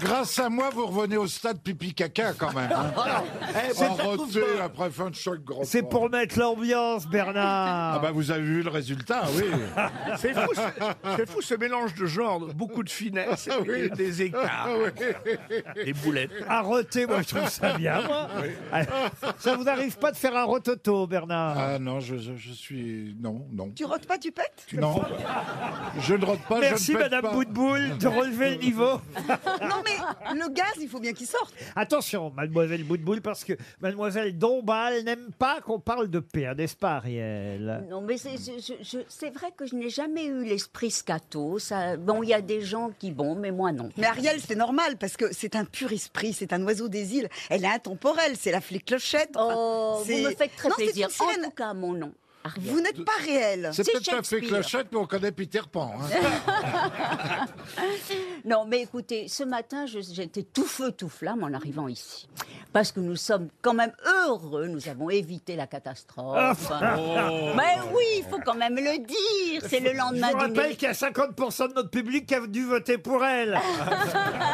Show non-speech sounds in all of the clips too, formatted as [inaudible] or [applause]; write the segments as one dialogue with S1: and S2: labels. S1: Grâce à moi, vous revenez au stade pipi caca quand même. hein. En roté après fin de choc grand.
S2: C'est pour mettre l'ambiance, Bernard.
S1: Ah bah vous avez vu le résultat, oui. [laughs]
S3: C'est fou, ce- c'est fou ce mélange de genres, beaucoup de finesse,
S4: Ah
S3: et puis des écarts, des boulettes.
S1: Ah.
S2: Un roté, moi je trouve ça bien. moi. Ça vous arrive pas de faire un rototo, Bernard
S1: Ah non, je, je, je suis non non
S5: Tu rotes pas, tu pètes
S1: non. Je ne rote pas.
S2: Merci,
S1: je ne pète
S2: Madame
S1: pas.
S2: Boutboul, de relever le niveau.
S5: Non, mais le gaz, il faut bien qu'il sorte.
S2: Attention, Mademoiselle Boutboul, parce que Mademoiselle Dombal n'aime pas qu'on parle de paix, hein, n'est-ce pas, Ariel
S6: Non, mais c'est- c'est je- je- c'est vrai que je n'ai jamais eu l'esprit scato. Ça, bon, il y a des gens qui, bon, mais moi non.
S5: Mais Ariel, c'est normal, parce que c'est un pur esprit, c'est un oiseau des îles. Elle est intemporelle, c'est la flic clochette.
S6: Oh, vous
S5: C'est-
S6: me faites très
S5: Non, c'est
S6: plaisir.
S5: une
S6: En
S5: sirène.
S6: tout cas, mon nom. Ariel.
S5: Vous n'êtes pas réelle.
S1: C'est
S6: C'est
S1: peut-être pas fait
S6: Shakespeare.
S1: clochette, mais on connaît Peter Pan. hein.
S6: Non, mais écoutez, ce matin, je- j'étais tout feu, tout flamme en arrivant ici. Parce que nous sommes quand même heureux, nous avons évité la catastrophe.
S2: Ah,
S6: Mais oui, il faut quand même le dire, c'est le
S2: oh. Je
S6: lendemain
S2: vous
S6: d'une
S2: rappelle qu'il y a 50% de notre public qui a dû voter pour elle.
S6: Ah,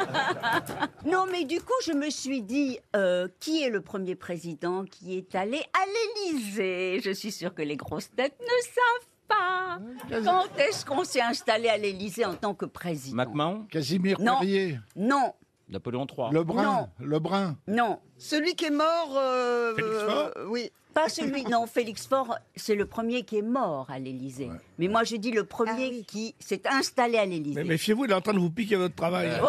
S6: Non, mais du coup, je me suis dit, euh, qui est le premier président qui est allé à l'Élysée Je suis sûre que les grosses têtes ne savent pas. Quand est-ce qu'on s'est installé à l'Élysée en tant que président
S7: MacMahon,
S1: Casimir
S6: Non.
S1: Perrier,
S6: Non,
S7: Napoléon III.
S1: Lebrun, Lebrun.
S6: non,
S5: Celui qui est mort. euh,
S3: Félix Faure
S5: euh, Oui.
S6: pas celui. Non, Félix Faure, c'est le premier qui est mort à l'Élysée. Mais moi, je dis le premier
S5: Ah oui.
S6: qui s'est installé à
S3: Mais
S6: l'Élysée.
S3: méfiez-vous, il est en train de vous piquer votre travail.
S4: Oh,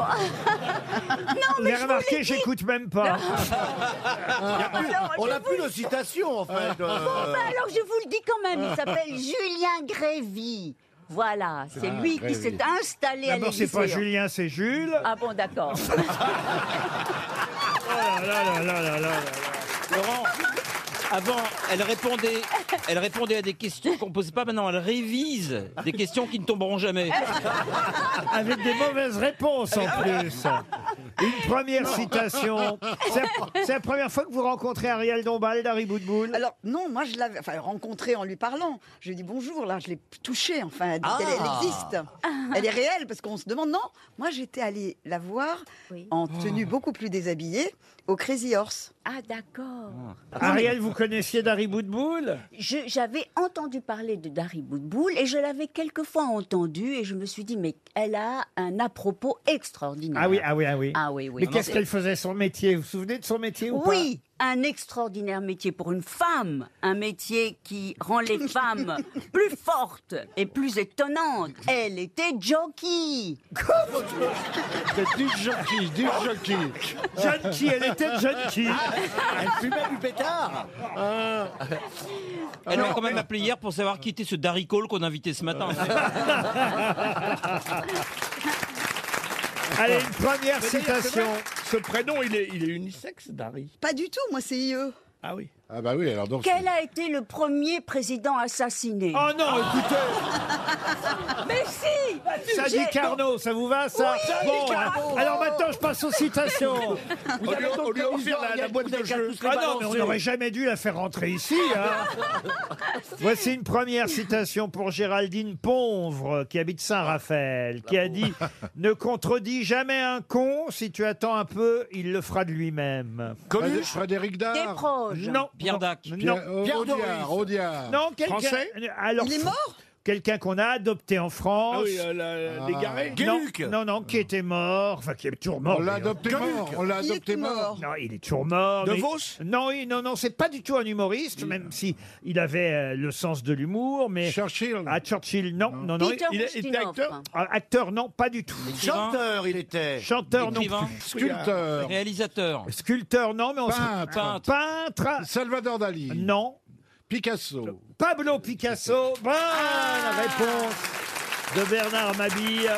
S2: Vous avez remarqué, j'écoute même pas.
S6: Ah, Alors,
S8: On
S6: je
S8: n'a
S6: vous-
S8: plus nos citations, en fait.
S4: euh.
S6: Bon, ben, alors, je vous le dis quand même, il s'appelle Julien Grévy. Voilà, c'est lui qui
S1: Grévy.
S6: s'est installé à
S2: D'abord,
S6: l'Élysée. hein.
S2: c'est pas Julien, c'est Jules.
S6: Ah bon, d'accord.
S2: Oh là là là là là là là.
S7: Laurent, avant, elle répondait, elle répondait à des questions qu'on ne posait pas. Maintenant, elle révise des questions qui ne tomberont jamais.
S2: Avec des mauvaises réponses en plus. Une première citation. C'est la, c'est la première fois que vous rencontrez Ariel Dombal, Dari Boudboul.
S5: Alors, non, moi, je l'avais enfin, rencontré en lui parlant. Je lui ai dit bonjour, là, je l'ai touchée, enfin, elle, elle- elle existe. Elle est réelle, parce qu'on se demande. Non, moi, j'étais allée la voir
S6: Oui.
S5: en tenue beaucoup plus déshabillée au Crazy Horse.
S6: Ah d'accord.
S2: Ariel, vous connaissiez Dari Boudboul
S6: Je- J'avais entendu parler de Dari Boudboul et je l'avais quelquefois entendu et je me suis dit mais elle a un à-propos extraordinaire.
S2: Ah oui, ah oui, ah oui.
S6: Ah oui, oui.
S2: Mais qu'est-ce qu'elle faisait son métier Vous vous souvenez de son métier ou
S6: Oui, un extraordinaire métier pour une femme, un métier qui rend les
S2: [laughs]
S6: femmes plus fortes et plus étonnantes. Elle était jockey.
S1: C'est du jockey, du jockey.
S2: pas Jeune qui, elle était jeune qui.
S8: Elle fumait du pétard.
S7: Elle m'a quand même appelé hier pour savoir qui était ce Darry Cole qu'on invitait ce
S2: Euh,
S7: matin.
S2: Allez, une première citation.
S3: Ce prénom, il est, il est unisexe, Dari.
S5: Pas du tout, moi, c'est E. IE.
S3: Ah oui.
S1: Ah bah oui, alors donc.
S6: Quel a été le premier président assassiné
S2: Oh non,
S8: Ah,
S2: écoutez
S6: Mais si
S2: Ça
S6: J'ai-
S2: dit Carnot, ça vous va ça Bon, alors- alors maintenant je passe aux citations.
S3: On lui, on lui a offert la, la boîte de jeu.
S2: Ah non, mais on n'aurait jamais dû la faire rentrer ici. hein. Voici une première citation pour Géraldine Ponvre, qui habite Saint-Raphaël, qui a dit « Ne contredis jamais un con, si tu attends un peu, il le fera de lui-même.
S1: Frédéric, Frédéric Dard.
S6: Des proches. »
S2: Non.
S7: Pierre
S2: non,
S7: Dac.
S2: Non.
S1: Pierre, euh,
S8: Pierre
S1: Audiard, Audiard.
S2: Non, quelqu'un...
S3: Français
S2: alors,
S5: Il est mort
S2: Quelqu'un qu'on a adopté en France.
S3: Ah oui, euh, la-
S1: Ah.
S3: les garés.
S2: Non,
S8: Gueluc.
S2: non, non, qui était mort, enfin qui est toujours
S1: On
S2: mort.
S1: l'a
S2: d'ailleurs.
S1: adopté mort. On l'a
S5: Il E est
S1: adopté Ah, mort.
S5: mort.
S2: Non, il est toujours mort.
S3: De
S2: mais-
S3: Vos
S2: Non, oui, non, non, c'est pas du tout un humoriste, même si il avait euh, le sens de l'humour, mais
S1: Churchill.
S2: à Churchill, non, non, non.
S6: Peter
S3: il est- il était
S6: Ustinov.
S3: acteur
S2: Ah, Acteur, non, pas du tout.
S8: Chanteur, il était.
S2: Chanteur, non. Euh,
S7: Écrivain,
S1: Sculpteur.
S2: Ah,
S7: réalisateur,
S2: Sculpteur, non, mais on se-
S1: Peintre.
S7: peintre.
S2: Peintre,
S1: Salvador Dali.
S2: non.
S1: Picasso.
S2: Pablo Picasso, bonne Ah réponse de Bernard Mabille.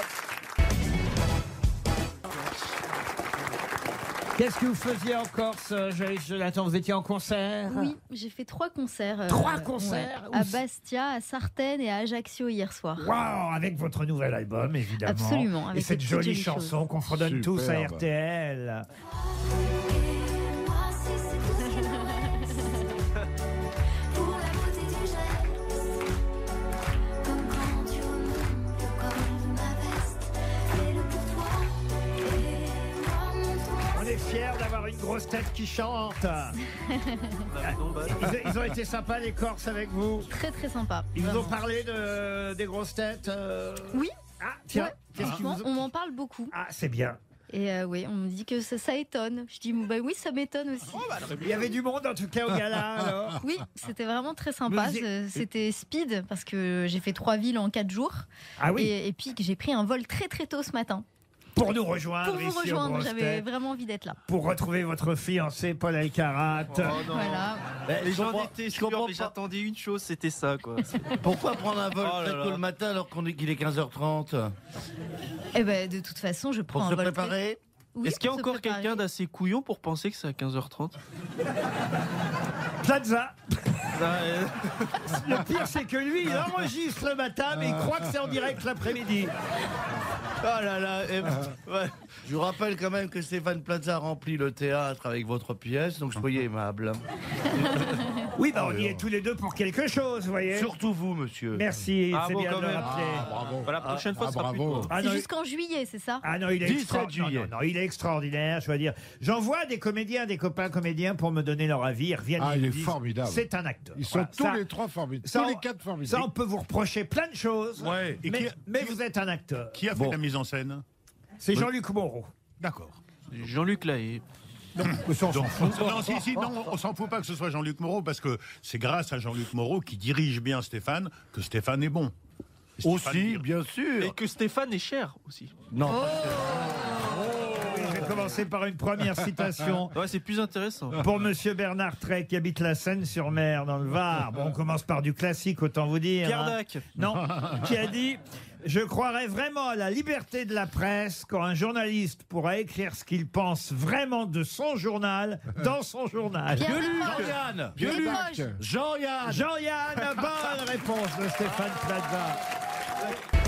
S9: Qu'est-ce que vous faisiez en Corse, euh, Joyce Jonathan Vous étiez en concert
S10: Oui, j'ai fait trois concerts. euh,
S9: Trois concerts
S10: ouais, À
S9: Ouf.
S10: Bastia, à Sartène et à Ajaccio hier soir.
S2: Waouh, avec votre nouvel album, évidemment.
S10: Absolument, avec
S2: Et cette
S10: cette
S2: jolie,
S10: jolie
S2: chanson qu'on fredonne tous à
S1: Superbe.
S2: RTL.
S11: Comme quand tu remontes le col de ma veste, fais-le pour toi et
S2: fiers d'avoir une grosse tête qui chante.
S12: [laughs]
S2: Ils, ils ont été sympas, les Corses, avec vous.
S12: Très très sympa.
S2: Ils vous ont
S12: vraiment.
S2: parlé de, des grosses têtes euh
S12: Oui.
S2: Ah, tiens,
S12: Ouais,
S2: qu'est-ce qu'ils
S12: franchement,
S2: vous ont...
S12: on m'en parle beaucoup.
S2: Ah, c'est bien.
S12: Et euh, oui, on me dit que ça, ça étonne. Je dis, bah oui, ça m'étonne aussi.
S2: Il y avait du monde, en tout cas, au gala, alors.
S12: Oui, c'était vraiment très sympa.
S2: Vous y-
S12: Euh, C'était speed parce que j'ai fait trois villes en quatre jours.
S2: Ah oui,
S12: et, et puis que j'ai pris un vol très très tôt ce matin
S2: pour nous rejoindre
S12: pour vous
S2: ici aux
S12: rejoindre.
S2: grosses
S12: J'avais
S2: têtes,
S12: vraiment envie d'être là.
S2: pour retrouver votre fiancé, Paul Alcarat.
S12: Voilà.
S4: Eh, je
S13: Ben, J'en
S4: comprends-
S13: étais
S4: je
S13: sûr,
S4: comprends
S13: mais
S4: pas.
S13: j'attendais une chose, c'était ça, quoi.
S4: Pourquoi prendre un vol
S13: Oh là
S4: très
S13: là.
S4: tôt le matin alors qu'on est qu'il est 15h30
S12: Et ben de toute façon, je prends
S4: euh, Pour
S12: un
S4: se
S13: bah,
S12: vol.
S4: préparer
S12: Oui,
S13: Est-ce qu'il y a
S12: pour se
S13: encore
S12: préparer.
S13: quelqu'un d'assez couillon pour penser que c'est à 15h30
S2: Plaza. [laughs] Le pire, c'est que lui, il enregistre le matin, mais il croit que c'est en direct l'après-midi.
S4: Ah là là, eh, ouais. Je vous rappelle quand même que Stéphane Plaza remplit le théâtre avec votre pièce, donc soyez aimable.
S2: Oui, bah, on y est tous les deux pour quelque chose, vous voyez.
S4: Surtout vous, monsieur.
S2: Merci,
S13: Ah
S2: c'est
S13: bon,
S2: bien de
S13: quand
S2: le
S13: même.
S2: rappeler.
S1: bravo.
S13: Voilà, la prochaine fois,
S1: ah,
S13: ce sera plus
S1: bravo.
S13: tôt.
S2: Ah non,
S12: C'est
S2: il-
S12: jusqu'en juillet, c'est ça
S2: Ah non, il est
S4: 17
S2: extraordinaire.
S4: juillet.
S2: Non, non, non, il est extraordinaire, je veux dire. J'envoie des comédiens, des copains comédiens pour me donner leur avis. Ils reviennent.
S1: Ah,
S2: et
S1: il
S2: ils me
S1: est
S2: disent,
S1: formidable.
S2: C'est un acteur.
S1: Ils sont
S2: Voilà,
S1: tous
S2: ça-
S1: les trois formidables.
S2: ça,
S1: tous les
S2: on-
S1: quatre
S2: Ça,
S1: formidables.
S2: on peut vous reprocher plein de choses.
S14: Ouais. Et
S2: mais
S14: qui-
S2: mais vous êtes un acteur.
S14: Qui a fait
S4: Bon.
S14: la mise en scène
S2: C'est Jean-Luc Moreau.
S14: D'accord.
S13: Jean-Luc Lahaye.
S14: Donc, non, si, si, non, on s'en fout pas que ce soit Jean-Luc Moreau, parce que c'est grâce à Jean-Luc Moreau qui dirige bien Stéphane que Stéphane est bon. Et Stéphane
S4: Aussi,
S14: dirige-
S4: bien
S13: Et
S4: sûr.
S13: que Stéphane est cher aussi.
S2: Oui, je vais commencer par une première citation.
S13: Ouais, c'est plus intéressant.
S2: Pour Monsieur Bernard Trey qui habite la Seine-sur-Mer dans le Var, bon, on commence par du classique, autant vous dire.
S13: Pierre
S2: hein.
S13: Dac.
S2: Non, qui a dit Je croirais vraiment à la liberté de la presse quand un journaliste pourra écrire ce qu'il pense vraiment de son journal dans son journal.
S12: Pierre Desproges.
S4: Jean-Yann
S1: Vieux
S12: Vieux
S1: Dac.
S12: Limoges.
S4: Jean-Yann
S2: Jean-Yann, bonne réponse de Stéphane Plaza.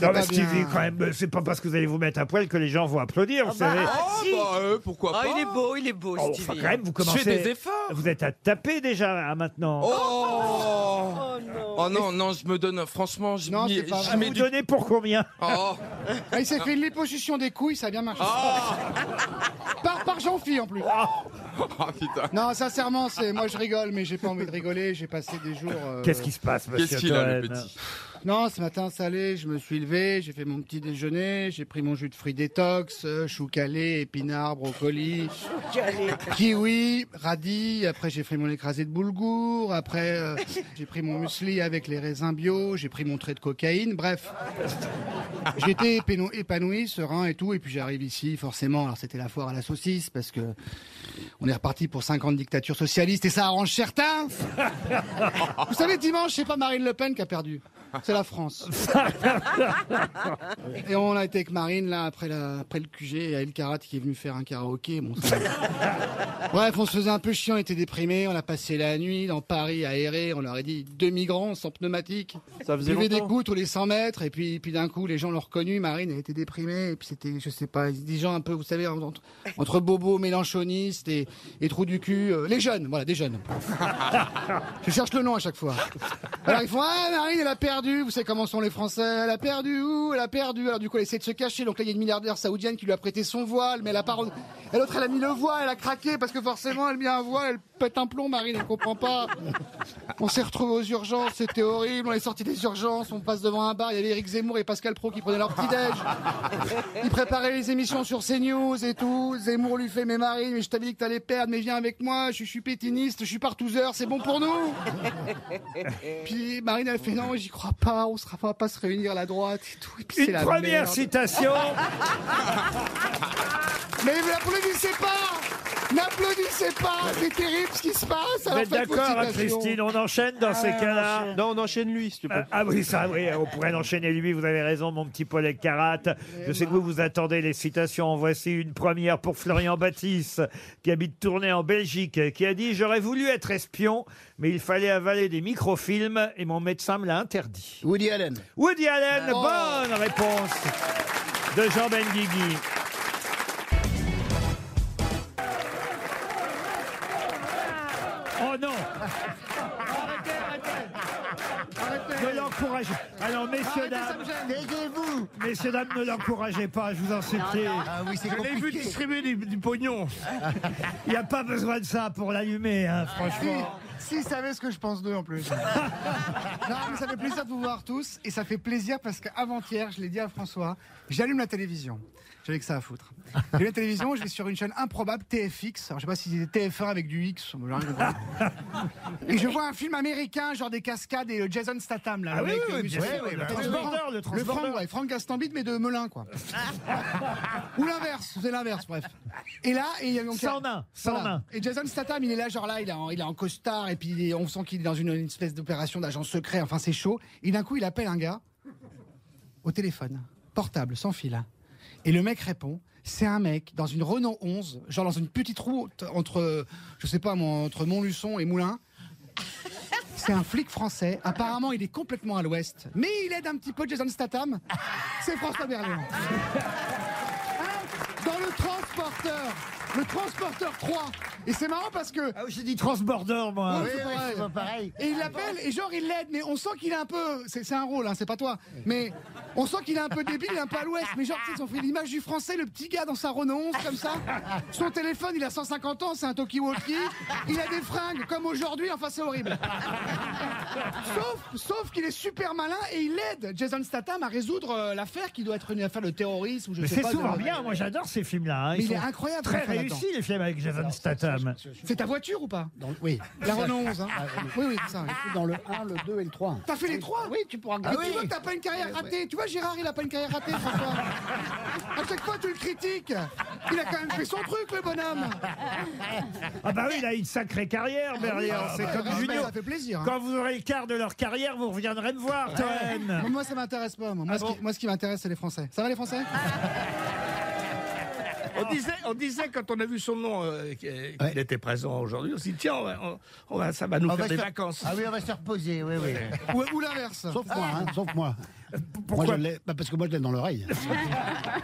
S2: Non, mais Stevie, quand même, c'est pas parce que vous allez vous mettre à poil que les gens vont applaudir, vous savez.
S15: Ah, si.
S16: pourquoi
S15: Ah, il est beau, il est beau,
S2: Oh,
S15: Stevie.
S2: enfin, quand
S16: hein.
S2: même, vous commencez.
S16: efforts.
S2: Vous êtes à taper déjà hein, maintenant.
S16: Oh, oh non, non, je me donne. Franchement, je
S17: Non,
S16: m'y-
S17: c'est pas
S16: je
S2: [laughs]
S17: vrai.
S2: vous
S16: mets du.
S2: donnez pour combien
S16: Oh,
S17: Ah, il s'est fait une liposuction des couilles, ça a bien marché. Par, par Jean-Phi en plus.
S16: oh, putain.
S17: Non, sincèrement, c'est moi je rigole, mais j'ai pas envie de rigoler. J'ai passé des jours. euh,
S2: Qu'est-ce qui se passe, monsieur
S16: Qu'est-ce qu'il a, le
S2: Toen
S16: petit
S17: Non, ce matin ça allait. Je me suis levé, j'ai fait mon petit déjeuner, j'ai pris mon jus de fruits détox, euh, chou calé, épinards, brocoli, kiwi, radis. Après j'ai pris mon écrasé de boulgour.
S13: [laughs]
S17: Après euh, j'ai pris mon muesli avec les raisins bio. J'ai pris mon trait de cocaïne.
S13: [laughs]
S17: Bref. J'étais épano- épanoui, serein et tout, et puis j'arrive ici, forcément. Alors c'était la foire à la saucisse parce que on est reparti pour 50 dictatures socialistes et ça arrange certains. Vous savez, dimanche, c'est pas Marine Le Pen qui a perdu, c'est la France. Et on a été avec Marine là après, la- après le QG, il y a El Karat qui est venu faire un karaoké. Bon, ça- Bref, on se faisait un peu chiant, on était déprimés, on a passé la nuit dans Paris aéré, on leur a dit deux migrants sans pneumatique.
S13: Ça faisait
S17: Buvait des
S13: longtemps.
S17: coups tous les 100 mètres, et puis, puis d'un coup, les gens l'ont reconnu. Marine a été déprimée, et puis c'était, je sais pas, des gens un peu, vous savez, entre, entre bobos, mélanchonistes et, et trous du cul. euh, les jeunes, voilà, des jeunes. je cherche le nom à chaque fois. Alors ils font, ah, Marine, elle a perdu, vous savez comment sont les Français, elle a perdu, où Elle a perdu. Alors du coup, elle essaie de se cacher, donc là, il y a une milliardaire saoudienne qui lui a prêté son voile, mais elle a pas. re- Et l'autre, elle a mis le voile, elle a craqué, parce que forcément, elle met un voile, elle pète un plomb, Marine, elle comprend pas. On s'est retrouvés aux urgences, c'était horrible. On est sortis des urgences, on passe devant un bar, il y avait Eric Zemmour et Pascal Pro qui prenaient leur petit-déj. Ils préparaient les émissions sur CNews et tout. Zemmour lui fait Mais Marine, mais je t'avais dit que t'allais perdre, mais viens avec moi, je, suis pétiniste, je suis partouzeur, c'est bon pour nous. Puis Marine, elle fait Non, j'y crois pas, on sera- va pas se réunir la droite et tout. Et puis c'est
S2: Une
S17: la
S2: première
S17: merde.
S2: citation.
S17: Mais vous n'applaudissez pas N'applaudissez pas, c'est terrible ce qui se passe.
S2: Vous
S17: Alors
S2: êtes
S17: faites vos
S2: d'accord, hein,
S17: citations.
S2: Christine On enchaîne dans ces cas-là.
S13: Non, on enchaîne lui, s'il te
S2: Euh,
S13: plaît.
S2: ah oui, ça, oui, on pourrait l'enchaîner lui, vous avez raison, mon petit Paul Elkarat. Je sais que vous vous attendez les citations. En voici une première pour Florian Baptiste, qui habite Tournai en Belgique, qui a dit J'aurais voulu être espion, mais il fallait avaler des microfilms et mon médecin me l'a interdit.
S4: Woody Allen.
S2: Woody Allen,
S17: Oh.
S2: bonne réponse de Jean Benguigui. Oh non Ne l'encouragez. Alors, messieurs,
S17: Arrêtez, ça
S2: dames.
S17: me gêne.
S2: Aidez-vous. Messieurs, dames, ne l'encouragez pas, je vous en supplie.
S17: Ah
S3: Je l'ai vu distribuer du, du pognon.
S2: Il n'y a pas besoin de ça pour l'allumer, hein, franchement.
S17: Si, si, savait ce que je pense d'eux
S2: [laughs]
S17: en plus. non, mais ça fait plaisir de vous voir tous et ça fait plaisir parce qu'avant-hier, je l'ai dit à François, j'allume la télévision. J'avais que ça à foutre. J'allume la télévision, je vais sur une chaîne improbable TFX. Alors je sais pas si c'était TF1 avec du X. j'ai rien
S2: [laughs]
S17: compris. et je vois un film américain, genre des cascades et euh, Jason Statham là.
S2: Ah
S17: le
S2: oui,
S17: mec,
S2: oui,
S17: euh,
S2: oui,
S17: musclé.
S2: bien sûr, oui, le
S17: Franck-
S2: transborder, le
S17: Le
S2: transborder.
S17: Franck, ouais, Franck Gastambide mais de Melun quoi. Ou l'inverse, c'est l'inverse, bref. Et là, et il y a donc.
S2: Sans nain, sans nain.
S17: Et Jason Statham, il est là, genre là, il est en, il est en costard, et puis il est- on sent qu'il est dans une, une espèce d'opération d'agent secret, enfin c'est chaud. Et d'un coup, il appelle un gars au téléphone, portable, sans fil. Et le mec répond, c'est un mec dans une Renault 11, genre dans une petite route entre, je sais pas moi, entre Montluçon et Moulins. C'est un flic français. Apparemment, il est complètement à l'ouest. Mais il aide un petit peu Jason Statham. C'est François Berléand. Hein Dans le transporteur. Le transporteur 3. Et c'est marrant parce que. Ah,
S2: j'ai dit transborder, moi.
S17: Oui,
S2: Oui,
S17: c'est
S2: oui,
S17: pareil.
S2: c'est pas pareil.
S17: Et il l'appelle et genre il l'aide, mais on sent qu'il est un peu. C'est c'est un rôle, hein, c'est pas toi. Mais on sent qu'il est un peu débile, il est un peu à l'ouest. Mais genre, tu sais, ils ont fait l'image du français, le petit gars dans sa Renault 11 comme ça. Son téléphone, il a 150 ans, c'est un Tokiwoki. Il a des fringues comme aujourd'hui, enfin c'est horrible. Sauf, sauf qu'il est super malin et il aide Jason Statham à résoudre euh, l'affaire qui doit être une affaire de terrorisme ou je
S2: Mais
S17: sais
S2: c'est
S17: pas,
S2: souvent
S17: de-
S2: bien, moi j'adore ces films-là. hein.
S17: Mais
S2: Ils
S17: il est
S2: sont
S17: incroyable,
S2: Très
S17: Jonathan.
S2: réussi les films avec Jason Statham.
S17: C'est ta voiture ou pas Oui. La Renault 11. Hein. Oui, oui, c'est ça. Dans le 1, le 2 et le 3. T'as fait les 3 Oui, tu pourras Mais
S18: Ah oui.
S17: tu vois que t'as pas une carrière ratée. Tu vois, Gérard, il a pas une carrière ratée, François. à chaque fois, tu le critiques. Il a quand même fait son truc, le bonhomme.
S2: Ah bah oui, il a une sacrée carrière, Berléand.
S17: Ah oui,
S2: c'est
S17: bah,
S2: comme
S17: bah,
S2: Junior.
S17: ça fait plaisir, hein.
S2: Quand vous aurez le quart de leur carrière, vous reviendrez me voir, Toen.
S17: Moi, ça m'intéresse pas. Moi, Moi,
S3: Ah
S17: ce qui, moi, ce qui m'intéresse, c'est les Français. Ça va, les Français
S3: On disait, on disait quand on a vu son nom euh, qu'il était présent aujourd'hui, on s'est dit tiens, on va- on- on va- ça va nous
S4: On
S3: faire
S4: va
S3: des
S4: se-
S3: vacances.
S4: Ah oui, on va se reposer, oui, oui.
S17: Ou, ou l'inverse. Ah. Euh,
S4: Sauf moi, hein, sauf moi. moi je l'ai- bah, parce que moi, je l'ai dans
S17: [laughs]
S4: l'oreille.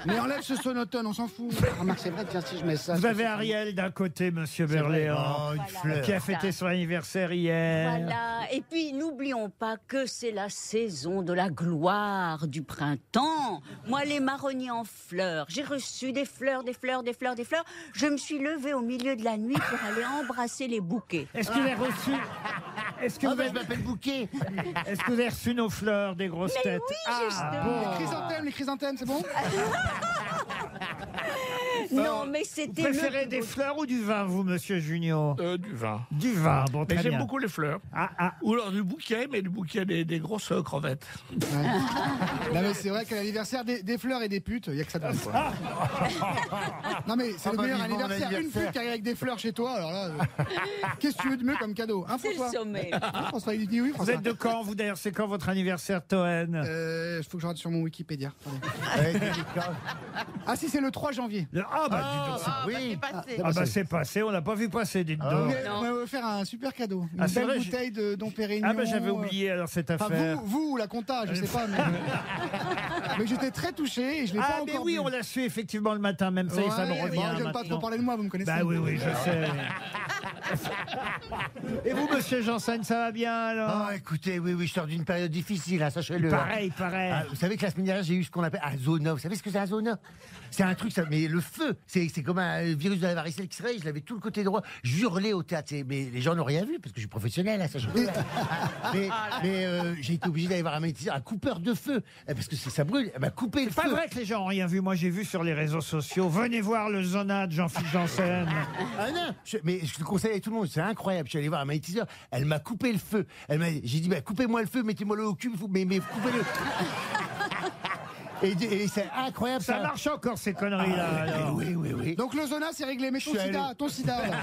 S17: Mais enlève ce sonotone, on s'en fout. Remarque, c'est vrai, tiens, si je mets ça.
S2: Vous avez Ariel d'un côté, Monsieur Berléand,
S4: Oh, une fleur.
S2: qui a fêté son anniversaire hier.
S6: Voilà. Et puis, n'oublions pas que c'est la saison de la gloire du printemps. Moi, les marronniers en fleurs, j'ai reçu des fleurs, des fleurs, des fleurs, des fleurs. Je me suis levée au milieu de la nuit pour aller embrasser les bouquets.
S2: Est-ce que vous avez reçu Est-ce que, vous avez...
S4: Bouquet.
S2: [laughs] Est-ce que vous avez reçu nos fleurs des grosses
S17: Mais
S2: têtes Ah,
S17: oui,
S2: bon.
S6: Ah
S17: Les chrysanthèmes, les chrysanthèmes, c'est bon
S6: Non, mais
S2: Vous
S6: c'était le
S2: préférez
S6: plus
S2: des
S6: beau-
S2: fleurs ou du vin, vous, Monsieur Junior
S3: Euh, Du vin.
S2: Du vin, bon,
S3: Mais
S2: très
S3: j'aime
S2: bien. Ah,
S3: beaucoup les fleurs.
S4: Ah.
S3: Ou alors du bouquet, mais du bouquet des, des grosses euh, crevettes.
S17: Non, mais c'est vrai qu'à l'anniversaire des, des fleurs et des putes, il n'y a que ça de bon, quoi. Non, mais c'est
S4: Ah
S17: le
S4: bah,
S17: meilleur
S4: vivement mon
S17: anniversaire. Une
S4: anniversaire.
S17: pute qui arrive avec des fleurs chez toi, alors là, euh, qu'est-ce que tu veux de mieux comme cadeau hein,
S6: C'est le
S17: François
S2: [laughs]
S6: sommet.
S17: Hein, François, il dit oui,
S2: Vous
S17: François.
S2: êtes de quand, vous d'ailleurs C'est quand votre anniversaire, Toen
S17: Euh, faut que je rentre sur mon Wikipédia.
S2: [laughs]
S17: pardon. ah si, c'est le 3 janvier.
S2: Le- Ah bah, dis donc, c'est-
S17: oui.
S2: Ah bah c'est passé, on l'a pas vu passer, dites
S17: On
S2: donc.
S17: m'a offert un super cadeau. Une
S2: Ah, c'est
S17: belle
S2: vrai, j'ai-
S17: bouteille de Dom Pérignon. euh,
S2: Ah bah j'avais oublié alors cette
S17: Enfin,
S2: affaire.
S17: vous, vous ou la compta, je sais pas. Mais,
S2: [laughs]
S17: mais j'étais très touché et je l'ai
S2: ah
S17: pas
S2: mais
S17: encore
S2: oui,
S17: bu.
S2: on l'a su effectivement le matin même, ça y est, ça me
S17: Ouais,
S2: revient
S17: bon, J'aime pas
S2: maintenant.
S17: trop parler de moi, vous me connaissez.
S2: Bah oui, oui, je sais. Et vous, monsieur Janssen, ça va bien alors
S4: Ah, écoutez, oui, oui, je sors d'une période difficile, hein, sachez-le.
S2: Pareil, pareil.
S4: Ah, vous savez que la semaine dernière, j'ai eu ce qu'on appelle un zona. Vous savez ce que c'est un zona C'est un truc, ça, mais le feu, c'est c'est comme un euh, virus de la varicelle qui se réveille. Je l'avais tout le côté droit. J'hurlais au théâtre, et- mais les gens n'ont rien vu parce que je suis professionnel, hein,
S2: [laughs]
S4: sachez-le.
S2: Ah
S4: mais mais, euh, j'ai été obligé d'aller voir un médecin, un coupeur de feu, euh, parce que c'est- ça brûle. Elle m'a coupé le
S2: Pas
S4: feu.
S2: vrai que les gens ont rien vu. Moi, j'ai vu sur les réseaux sociaux. Venez voir le Zona de Jean-Philippe Janssen.
S4: Ah non, je- mais je le conseille à tout le monde, c'est incroyable. Je suis allé voir un magnétiseur, elle m'a coupé le feu. Elle m'a, j'ai dit, bah, coupez-moi le feu, mettez-moi le au cul, vous- mais,
S2: [laughs]
S4: mais coupez-le. et, et c'est incroyable.
S2: Ça marche encore ces conneries-là.
S4: Ah,
S2: alors.
S4: oui, oui, oui.
S17: Donc le zona, c'est réglé, mais ton
S4: Je suis
S17: sida,
S4: allé.
S17: ton sida.
S2: [laughs]
S17: là.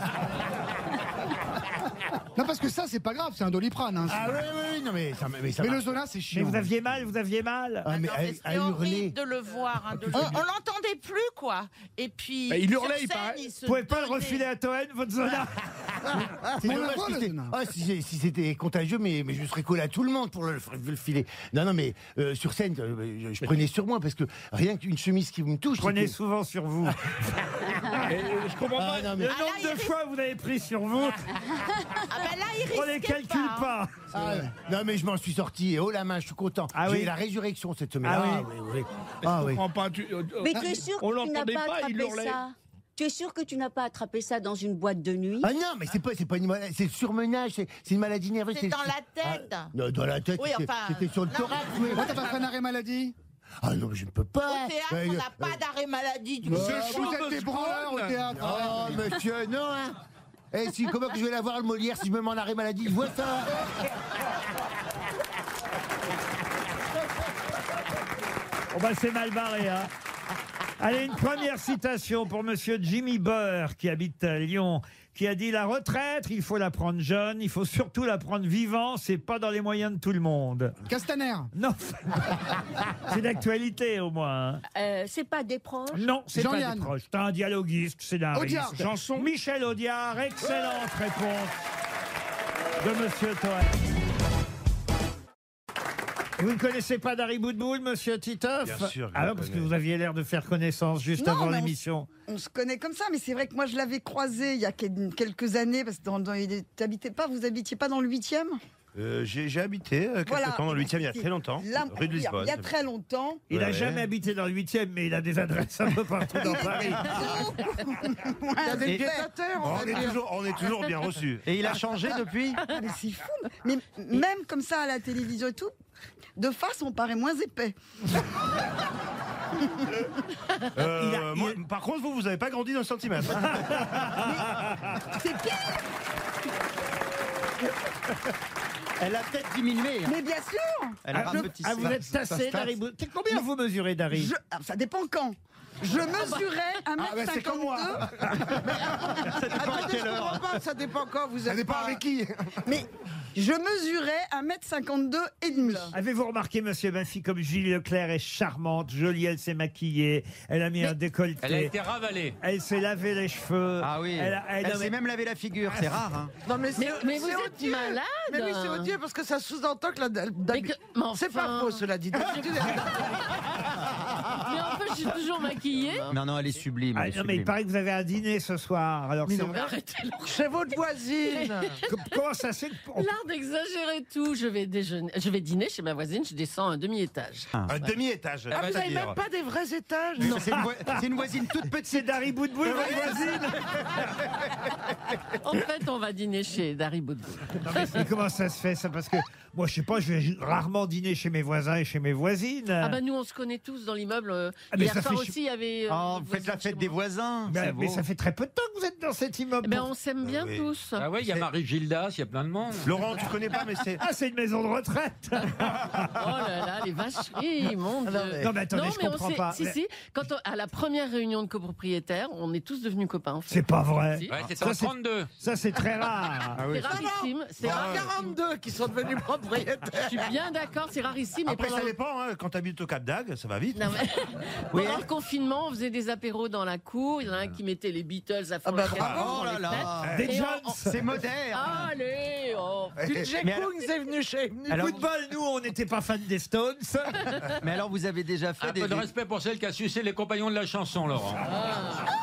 S17: non, parce que ça, c'est pas grave, c'est un doliprane. hein.
S4: Ah oui, oui, oui, non, mais ça m'a- mais ça
S17: mais
S4: m'a-
S17: le zona, c'est
S2: Mais
S17: chiant.
S2: vous aviez mal, vous aviez mal.
S4: Ah, mais à- à hurler.
S19: de le voir. hein, de le-
S17: Oh,
S19: On, on l'entendait plus, quoi. Et puis.
S2: Bah, il hurlait,
S19: sur
S2: il
S19: scène,
S2: paraît.
S19: se
S2: Vous pouvez pas le
S19: donnait.
S2: refiler à Toen, votre Zona
S4: C'est
S17: Mais Bah, on
S4: dommage
S17: la voit,
S4: que
S17: le
S4: c'était-
S17: zona.
S4: Ah, si, c'est- si c'était contagieux, mais, mais je serais collé à tout le monde pour le, le filer. Non, non, mais euh, sur scène, euh, je, je prenais sur moi parce que rien qu'une chemise qui me touche.
S2: Prenez
S4: c'était-
S2: souvent sur vous. Et euh, je comprends pas
S9: Ah, non, mais-
S2: le
S9: Ah, là,
S2: nombre de fois que vous avez pris sur vous.
S19: Ah ben là, il
S2: On les
S19: risquait hein.
S2: calcule pas.
S4: Ah ouais. Non mais je m'en suis sorti et oh la main, je suis content.
S2: Ah
S4: J'ai
S2: oui.
S4: la résurrection cette semaine.
S2: Ah
S4: oui,
S2: oui.
S4: oui. Ah oui.
S2: euh,
S6: Mais tu es sûr que tu n'as pas attrapé ça Tu es sûr que tu n'as pas attrapé ça dans une boîte de nuit
S4: Ah non, mais c'est pas, c'est pas une maladie, c'est le surmenage, c'est c'est une maladie nerveuse. Ah,
S6: C'est dans la
S19: tête.
S4: non, dans la tête,
S19: Oui,
S4: c'est-
S19: enfin,
S4: c'était sur le
S19: non.
S4: thorax. oui.
S19: Moi, t'as pas fait un
S4: arrêt maladie Ah non, mais je ne peux pas.
S19: Au théâtre,
S17: Bah,
S4: Euh,
S19: on n'a
S4: euh,
S19: pas d'arrêt maladie. Du
S4: euh,
S19: coup.
S4: vous êtes des branleurs au théâtre.
S20: [laughs]
S4: Non, monsieur, non, hein. Et si, comment que je vais la voir, le Molière, si je me mets en arrêt maladie Je vois ça.
S2: On va Oh c'est mal barré, hein. Allez, une première citation pour Monsieur Jimmy Burr, qui habite à Lyon, qui a dit La retraite, il faut la prendre jeune, il faut surtout la prendre vivant, c'est pas dans les moyens de tout le monde.
S17: Castaner.
S2: Non, [laughs] c'est d'actualité au moins. hein.
S6: Euh, C'est pas des proches
S2: Non, c'est pas
S6: Jean-Yann.
S2: des proches. C'est un dialoguiste, scénariste.
S6: Audiard. Janson.
S2: Michel Audiard, excellente réponse de Monsieur Toen. Vous ne connaissez pas Dari Boudboul, Monsieur Titoff
S21: Bien sûr que je
S2: Ah
S21: le
S2: non, parce que
S21: connais.
S2: vous aviez l'air de faire connaissance juste
S5: Non,
S2: avant
S5: mais on-
S2: l'émission.
S5: On se connaît comme ça, mais c'est vrai que moi je l'avais croisé il y a quel- quelques années parce que dans, dans- il est- t'habitais pas, vous habitiez pas dans le 8e
S22: Euh, J'ai j'ai habité euh, quelque
S5: Voilà.
S22: temps dans le 8 il y a très longtemps,
S5: Là-
S22: rue de
S5: il y a-
S22: Lisbonne.
S5: Il y a très longtemps.
S2: Il
S22: Ouais,
S2: n'a
S22: ouais.
S2: jamais habité dans le 8e, mais il a des adresses un peu partout dans Paris.
S5: Ouais,
S22: des
S5: mais-
S22: pieds-à-terre, on va Oh, On est dire. toujours- on est toujours bien reçus. Et il a changé depuis
S5: Ah, Mais c'est fou. Mais même comme ça à la télévision et tout, de face on paraît moins épais.
S22: Euh, moi, Par contre, vous, vous n'avez pas grandi d'un centimètre.
S5: C'est pire
S4: Elle a peut-être diminué.
S5: Mais bien sûr
S2: Elle a Ah, rapetissé. ah, vous êtes tassé, Dari Boud- T'es combien vous mesurez, Dari
S5: Je- ah, Ça dépend quand. Je mesurais 1m52.
S20: Attendez, je comprends pas, ça dépend quand vous êtes. Ça dépend avec
S5: qui Mais je mesurais 1m52 et demi.
S2: Avez-vous remarqué, monsieur Baffy, comme Julie Leclerc est charmante, jolie, elle s'est maquillée, elle a mis un décolleté.
S23: Elle a été ravalée.
S2: Elle s'est lavé les cheveux.
S23: Ah oui.
S2: Elle, a- elle a-
S23: s'est même lavé la figure, c'est rare. hein.
S20: Ah, Non, mais,
S2: Mais-
S20: c'est-
S2: mais vous
S20: c'est
S2: êtes
S20: odieux.
S2: malade.
S20: Mais oui, c'est odieux parce que ça sous-entend que la. la- C'est pas faux, cela dit. D'habitude,
S12: Mais en fait, je suis toujours maquillée.
S23: Non, non, elle est sublime.
S2: Ah,
S23: elle est
S2: non, mais il
S23: sublime.
S2: paraît que vous avez un dîner ce soir. Alors
S23: Mais
S2: c'est-
S23: non, mais arrêtez.
S20: Chez votre voisine.
S2: Com- Comment ça se fait qu'on-
S12: L'art d'exagérer tout. Je vais, déjeuner, je vais dîner chez ma voisine, je descends un demi-étage.
S22: Un demi-étage.
S20: Ah, vous n'avez même pas des vrais étages
S12: Non. C'est une voi-
S22: c'est une voisine
S2: toute petite. C'est Dari Boudboul,
S12: [laughs]
S2: votre voisine
S12: En fait, on va dîner chez Dari Boudboul.
S2: Non, mais- mais comment ça se fait ça Parce que moi, je sais pas, je vais ju- rarement dîner chez mes voisins et chez mes voisines.
S12: Ah bah nous, on se connaît tous dans l'immeuble. euh,
S2: Ah, mais
S12: Hier
S2: ça
S12: soir
S2: fait chou-
S12: aussi, il y avait... euh,
S4: Ah,
S2: Oh,
S12: une
S2: vous faites la
S12: voisine
S2: fête
S12: chez
S2: des
S12: moi.
S23: voisins.
S2: Mais-
S23: c'est
S2: mais
S23: beau.
S2: ça fait très peu de temps que vous êtes dans cet immeuble.
S12: Eh ben, on s'aime bien tous. Oh
S23: Ah ouais, il y a Marie Gildas, il y a plein de monde.
S7: [laughs]
S22: Laurent, tu connais pas, mais c'est.
S2: Ah, c'est une maison de retraite
S12: [laughs] Oh là là, les vacheries, mon
S19: Ah
S12: Dieu.
S2: Non, mais attendez, je
S12: mais on
S2: comprends
S12: s'est-
S2: pas.
S12: Si,
S2: Mais-
S12: si, quand on- à la première réunion de copropriétaires, on est tous devenus copains. en fait.
S2: C'est pas vrai.
S12: Si.
S23: Ouais, c'est
S2: Ça,
S23: en 32.
S2: Ça, c'est très rare.
S23: Ah
S12: C'est rarissime. C'est
S20: C'est en
S12: rarissime.
S20: 42 qui sont devenus
S12: Je
S20: propriétaires.
S12: suis bien d'accord, c'est rarissime. mais
S22: Après, ça
S12: pendant le-
S22: dépend, hein, quand t'habites au Cap d'Agde, ça va vite.
S12: Non, mais- Pendant le confinement, on faisait des apéros dans la cour. Il y en a un qui mettait les Beatles à
S20: Ah
S12: fond.
S20: bah
S12: la casserole
S20: bravo.
S12: dans
S20: Oh là
S12: les
S20: là.
S12: fenêtres.
S20: Des
S12: Et on-
S20: Jones,
S12: on-
S20: c'est moderne.
S12: Allez oh.
S20: DJ
S12: Mais alors-
S20: Kungs est venu chez nous.
S2: Alors, football, nous, on n'était pas fans des Stones.
S23: Ah. Mais alors, vous avez déjà fait
S2: Un
S23: des.
S2: peu de
S23: respect pour celle qui a sucé les compagnons de la chanson, Laurent.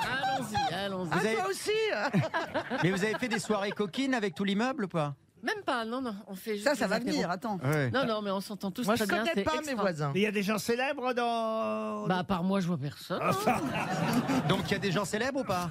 S12: Allons-y, allons-y.
S20: Ah, toi aussi
S23: Mais vous avez fait des soirées coquines avec tout l'immeuble ou pas
S12: Même pas, non, non, on fait juste
S5: Ça, ça
S12: les
S5: va
S12: apéros.
S5: venir, attends.
S4: hein.
S23: Ouais.
S12: Non, non, mais on s'entend tous
S20: Moi,
S12: très
S20: je
S12: bien.
S20: connais
S12: c'est
S20: pas mes
S12: extra.
S20: voisins.
S2: Mais il y a des gens célèbres dans.
S12: Bah, à part moi, je vois personne.
S23: Donc, il y a des gens célèbres ou pas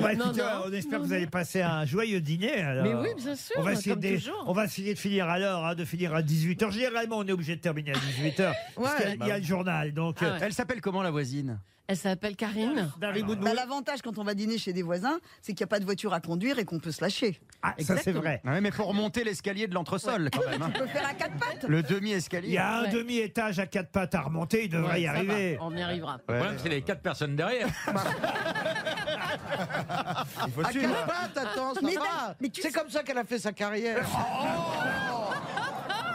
S2: Ouais,
S12: Non,
S2: Tito,
S12: non.
S2: on espère que vous allez passer un joyeux dîner. alors.
S12: Mais oui, bien sûr,
S2: On va essayer,
S12: comme
S2: de,
S12: toujours.
S2: on va essayer de finir à l'heure, hein, de finir à 18h. Généralement, on est obligé de terminer à 18h. parce qu'il y a- il y a le journal. Donc, euh,
S12: Ah ouais.
S23: Elle s'appelle comment la voisine
S12: Elle s'appelle Karine.
S5: Bah, L'avantage quand on va dîner chez des voisins, c'est qu'il n'y a pas de voiture à conduire et qu'on peut se lâcher.
S2: Ah, ça, c'est vrai.
S23: Ouais, mais faut remonter l'escalier de l'entresol quand même. hein.
S5: On peut faire à quatre pattes.
S23: Le demi-escalier.
S2: il y a un
S12: Ouais.
S2: demi-étage à quatre pattes à remonter. Il devrait
S12: Ouais,
S2: y
S12: ça
S2: arriver.
S12: va, on y arrivera.
S23: Ouais.
S22: Le
S23: problème,
S22: c'est les quatre personnes derrière. Il faut
S20: À
S22: suivre.
S20: quatre pattes, Ah, attends, ça
S5: ah, Mais
S20: va. Ah,
S5: t'as-
S20: C'est comme ça qu'elle a fait sa carrière.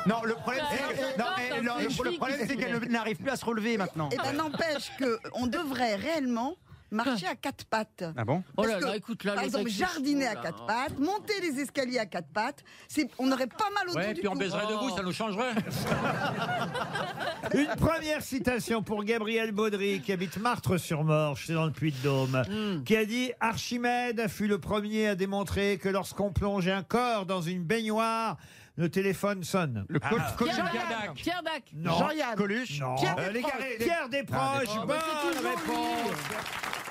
S23: Non, le problème,
S20: Ouais,
S23: c'est
S20: ouais,
S23: non,
S20: ouais,
S23: mais
S20: ouais,
S23: non,
S20: ouais,
S23: le-
S20: ouais,
S23: le problème,
S20: ouais,
S23: c'est qu'elle
S20: ouais.
S5: eh ben,
S23: n'arrive plus à se relever maintenant.
S5: Et ben n'empêche que on devrait réellement marcher à quatre pattes.
S23: Ah bon
S5: Parce
S23: Oh là
S5: que,
S23: là, écoute, là,
S5: Par
S23: le
S5: exemple,
S23: mec, c'est
S5: jardiner
S23: chaud,
S5: à
S23: là.
S5: quatre pattes, monter les escaliers à quatre pattes, c'est- on aurait pas mal au
S7: Ouais,
S5: dos du
S7: puis on
S5: cou.
S7: baiserait debout, ça nous changerait.
S2: [laughs] Une première citation pour Gabriel Baudry, qui habite Martre-sur-Morche, c'est dans le Puy-de-Dôme,
S12: Hmm.
S2: qui a dit Archimède fut le premier à démontrer que lorsqu'on plonge un corps dans une baignoire, le téléphone sonne. Le
S12: Dac. Pierre Dac.
S2: Non. Coluche. Non.
S12: Pierre
S2: Euh, les
S12: Desproges.
S2: carrés, les- Pierre Desproches.
S12: Ah,
S2: bonne
S12: Desproches. C'est toujours
S2: réponse.